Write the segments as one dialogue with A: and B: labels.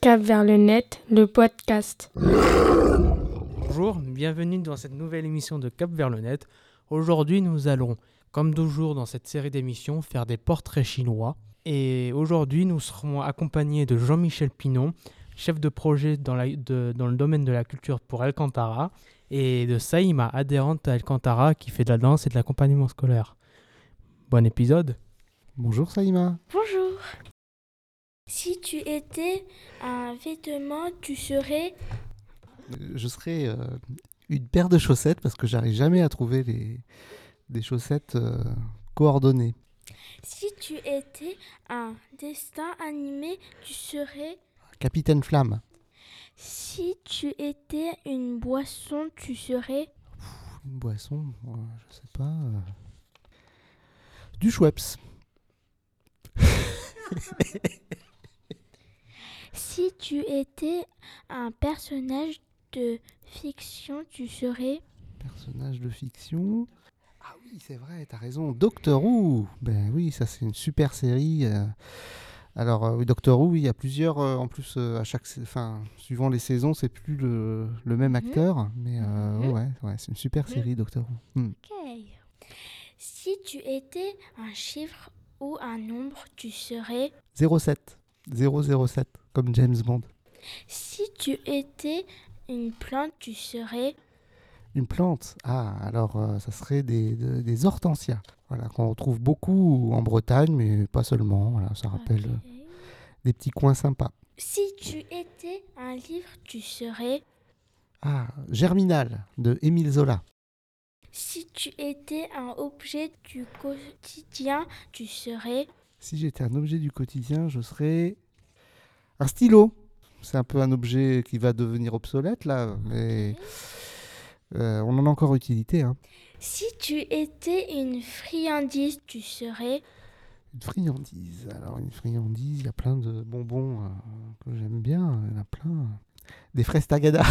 A: Cap vers le net, le podcast.
B: Bonjour, bienvenue dans cette nouvelle émission de Cap vers le net. Aujourd'hui, nous allons, comme toujours dans cette série d'émissions, faire des portraits chinois. Et aujourd'hui, nous serons accompagnés de Jean-Michel Pinon, chef de projet dans, la- de- dans le domaine de la culture pour Alcantara, et de Saïma, adhérente à Alcantara, qui fait de la danse et de l'accompagnement scolaire. Bon épisode.
C: Bonjour Saïma.
D: Bonjour. Si tu étais un vêtement, tu serais
C: Euh, Je serais euh, une paire de chaussettes parce que j'arrive jamais à trouver les, des chaussettes euh, coordonnées.
D: si tu étais un destin animé, tu serais
C: Capitaine Flamme,
D: si tu étais une boisson, tu serais
C: une boisson, euh, je sais pas. euh, Du Schweppes,
D: si tu étais un personnage de fiction, tu serais
C: personnage de fiction. Ah oui, c'est vrai, t'as raison. Doctor Who, ben oui, ça c'est une super série. euh. Alors euh, oui, Doctor Who, oui, il y a plusieurs. euh, en plus, euh, à chaque, sa- enfin, suivant les saisons, c'est plus le, le même acteur, mais euh,
D: Mhm.
C: ouais, ouais, c'est une super série Doctor Who. Hmm.
D: Si tu étais un chiffre ou un nombre, tu serais
C: 07. 007, comme James Bond.
D: si tu étais une plante, tu serais
C: Une plante. Ah, alors euh, ça serait des, de- des hortensias. Voilà, qu'on retrouve beaucoup en Bretagne, mais pas seulement. Voilà, ça rappelle euh,
D: Ah, Ok.
C: des petits coins sympas.
D: Si tu étais un livre, tu serais.
C: Ah, Germinal de Émile Zola.
D: Si tu étais un objet du quotidien, tu serais.
C: Si j'étais un objet du quotidien, je serais un stylo. C'est un peu un objet qui va devenir obsolète, là, mais euh, on en a encore utilité. Hein.
D: Si tu étais une friandise, tu serais.
C: Une friandise. Alors, une friandise, il y a plein de bonbons euh, que j'aime bien. Il y en a plein. Des fraises tagada.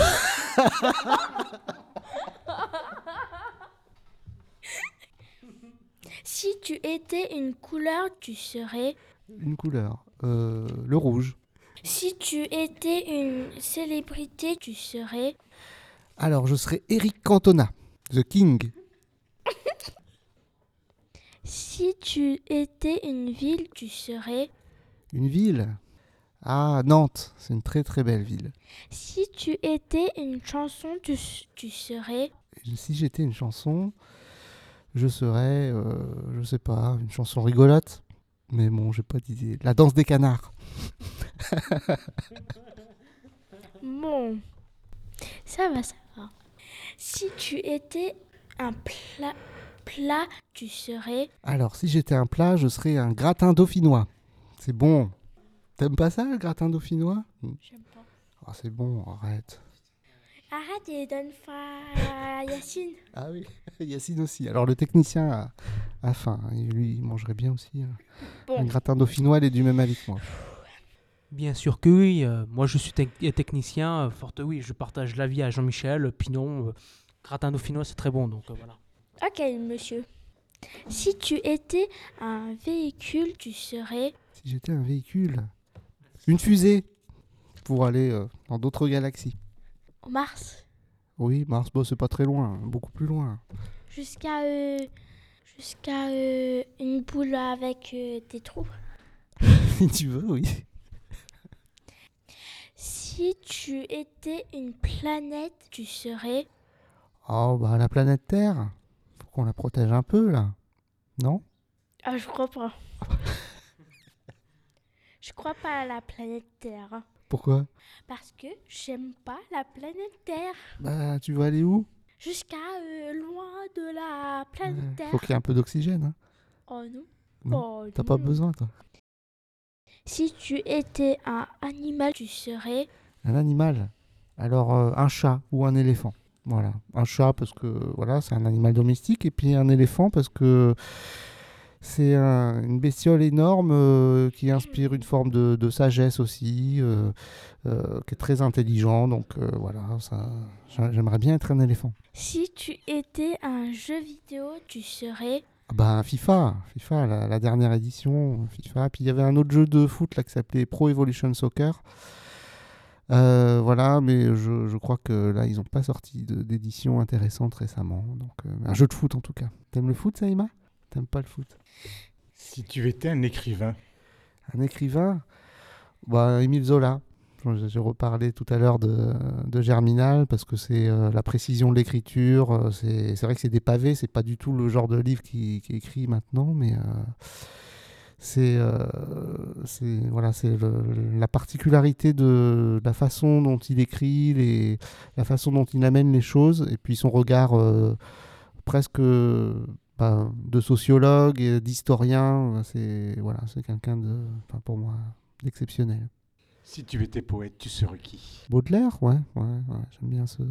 D: Si tu étais une couleur, tu serais.
C: Une couleur. Euh, le rouge.
D: Si tu étais une célébrité, tu serais.
C: Alors, je serais Eric Cantona. The King.
D: Si tu étais une ville, tu serais.
C: Une ville. Ah, Nantes. C'est une très très belle ville.
D: Si tu étais une chanson, tu, tu serais.
C: Et Si j'étais une chanson, je serais, euh, je sais pas, une chanson rigolote. Mais bon, j'ai pas d'idée. La danse des canards.
D: Bon, ça va, ça va. Si tu étais un plat, plat, tu serais.
C: Alors, si j'étais un plat, je serais un gratin dauphinois. C'est bon. T'aimes pas ça, le gratin dauphinois Mm. Ah, C'est bon, arrête.
D: Arrête et donne faim, Yacine.
C: Ah oui, Yacine aussi. Alors, le technicien a, a faim. hein. Et Lui, il mangerait bien aussi. hein.
D: Bon.
C: Un gratin dauphinois, il est du même avis que moi.
B: Bien sûr que oui, euh, moi je suis tec- euh, technicien, euh, forte oui, je partage l'avis à Jean-Michel, euh, Pinon, euh, gratin dauphinois c'est très bon, donc euh, voilà.
D: Ok, monsieur. Si tu étais un véhicule, tu serais.
C: Si j'étais un véhicule, une fusée pour aller euh, dans d'autres galaxies.
D: Mars.
C: Oui, Mars, bah, c'est pas très loin, beaucoup plus loin. hein.
D: Jusqu'à. euh, jusqu'à euh, une boule avec euh, des trous.
C: Si tu veux, oui.
D: Si tu étais une planète, tu serais.
C: Oh, bah la planète Terre, faut qu'on la protège un peu là. Non
D: Ah, je crois pas. je crois pas à la planète Terre. hein,
C: Pourquoi
D: Parce que j'aime pas la planète Terre.
C: Bah, tu veux aller où
D: Jusqu'à euh, loin de la
C: Ouais,
D: planète Terre.
C: Faut qu'il y ait un peu d'oxygène. hein.
D: Oh non.
C: Non,
D: Oh
C: T'as pas
D: non.
C: besoin, toi.
D: Si tu étais un animal, tu serais.
C: Un animal. Alors, euh, un chat ou un éléphant. Voilà. Un chat parce que voilà, c'est un animal domestique. Et puis un éléphant parce que C'est un- une bestiole énorme euh, qui inspire une forme de, de sagesse aussi, euh, euh, qui est très intelligent. Donc euh, voilà, ça, j'a- j'aimerais bien être un éléphant.
D: Si tu étais un jeu vidéo, tu serais
C: Ah Ben FIFA, FIFA, la, la dernière édition, FIFA. Puis il y avait un autre jeu de foot là qui s'appelait Pro Evolution Soccer. Euh, voilà, mais je, je crois que là ils n'ont pas sorti de- d'édition intéressante récemment. Donc euh, un jeu de foot en tout cas. T'aimes le foot, Saïma T'aimes pas le foot
E: Si tu étais un écrivain,
C: Un écrivain Bah Émile Zola. J'ai- J'ai reparlé tout à l'heure de, de Germinal parce que c'est euh, la précision de l'écriture. euh, C'est c'est vrai que c'est des pavés, c'est pas du tout le genre de livre qui, qui est écrit maintenant, mais euh, c'est euh, c'est- voilà, c'est le- la particularité de la façon dont il écrit, les, la façon dont il amène les choses, et puis son regard euh, presque euh, ben, de sociologue et d'historien. ben, C'est voilà, c'est quelqu'un de, enfin, pour moi, d'exceptionnel.
E: si tu étais poète, tu serais qui
C: Baudelaire, ouais, ouais, ouais, j'aime bien ce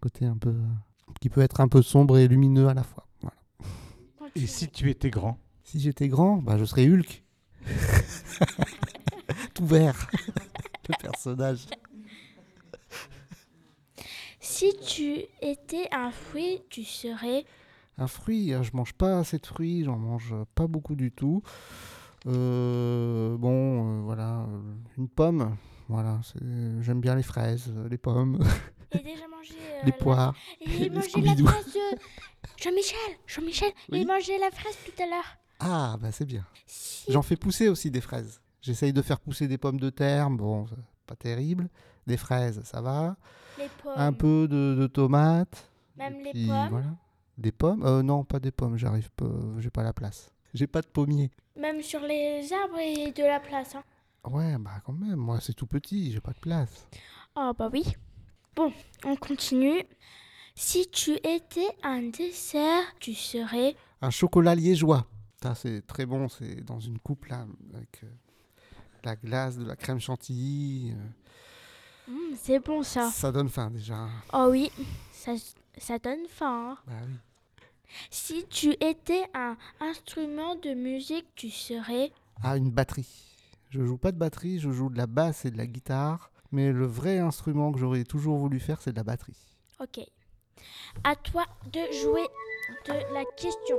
C: côté un peu euh, qui peut être un peu sombre et lumineux à la fois. voilà.
E: Et si tu étais grand
C: Si j'étais grand, bah, je serais Hulk. Tout vert, le personnage.
D: Si tu étais un fruit, tu serais
C: Un fruit, euh, je mange pas assez de fruits, j'en mange pas beaucoup du tout. Euh, bon, euh, voilà, euh, une pomme, voilà, c'est- j'aime bien les fraises, euh, les pommes,
D: et déjà mangé euh,
C: les
D: la-
C: poires.
D: Et
C: les
D: il mangeait la
C: Scooby-Doo.
D: fraise de Jean-Michel, Jean-Michel,
C: Oui.
D: il mangeait la fraise tout à l'heure.
C: Ah, bah c'est bien.
D: Si
C: J'en fais pousser aussi des fraises. J'essaye de faire pousser des pommes de terre, bon, c'est pas terrible. Des fraises, ça va.
D: les pommes,
C: Un peu de, de tomates.
D: même
C: et
D: les
C: puis,
D: pommes,
C: voilà. Des pommes Euh, Non, pas des pommes, j'arrive pas, j'ai pas la place. J'ai pas de pommier.
D: même sur les arbres et de la place. hein.
C: Ouais, bah quand même, moi c'est tout petit, j'ai pas de place.
D: Oh bah oui. Bon, on continue. Si tu étais un dessert, tu serais
C: Un chocolat liégeois. Putain, c'est très bon, c'est dans une coupe là, avec euh, de la glace, de la crème chantilly. euh,
D: Hmm, c'est bon ça.
C: Ça donne faim déjà.
D: Oh oui, ça, ça donne faim. hein.
C: Bah oui.
D: Si tu étais un instrument de musique, tu serais
C: Ah, une batterie. Je joue pas de batterie, je joue de la basse et de la guitare. Mais le vrai instrument que j'aurais toujours voulu faire, c'est de la batterie.
D: OK. À toi de jouer de la question.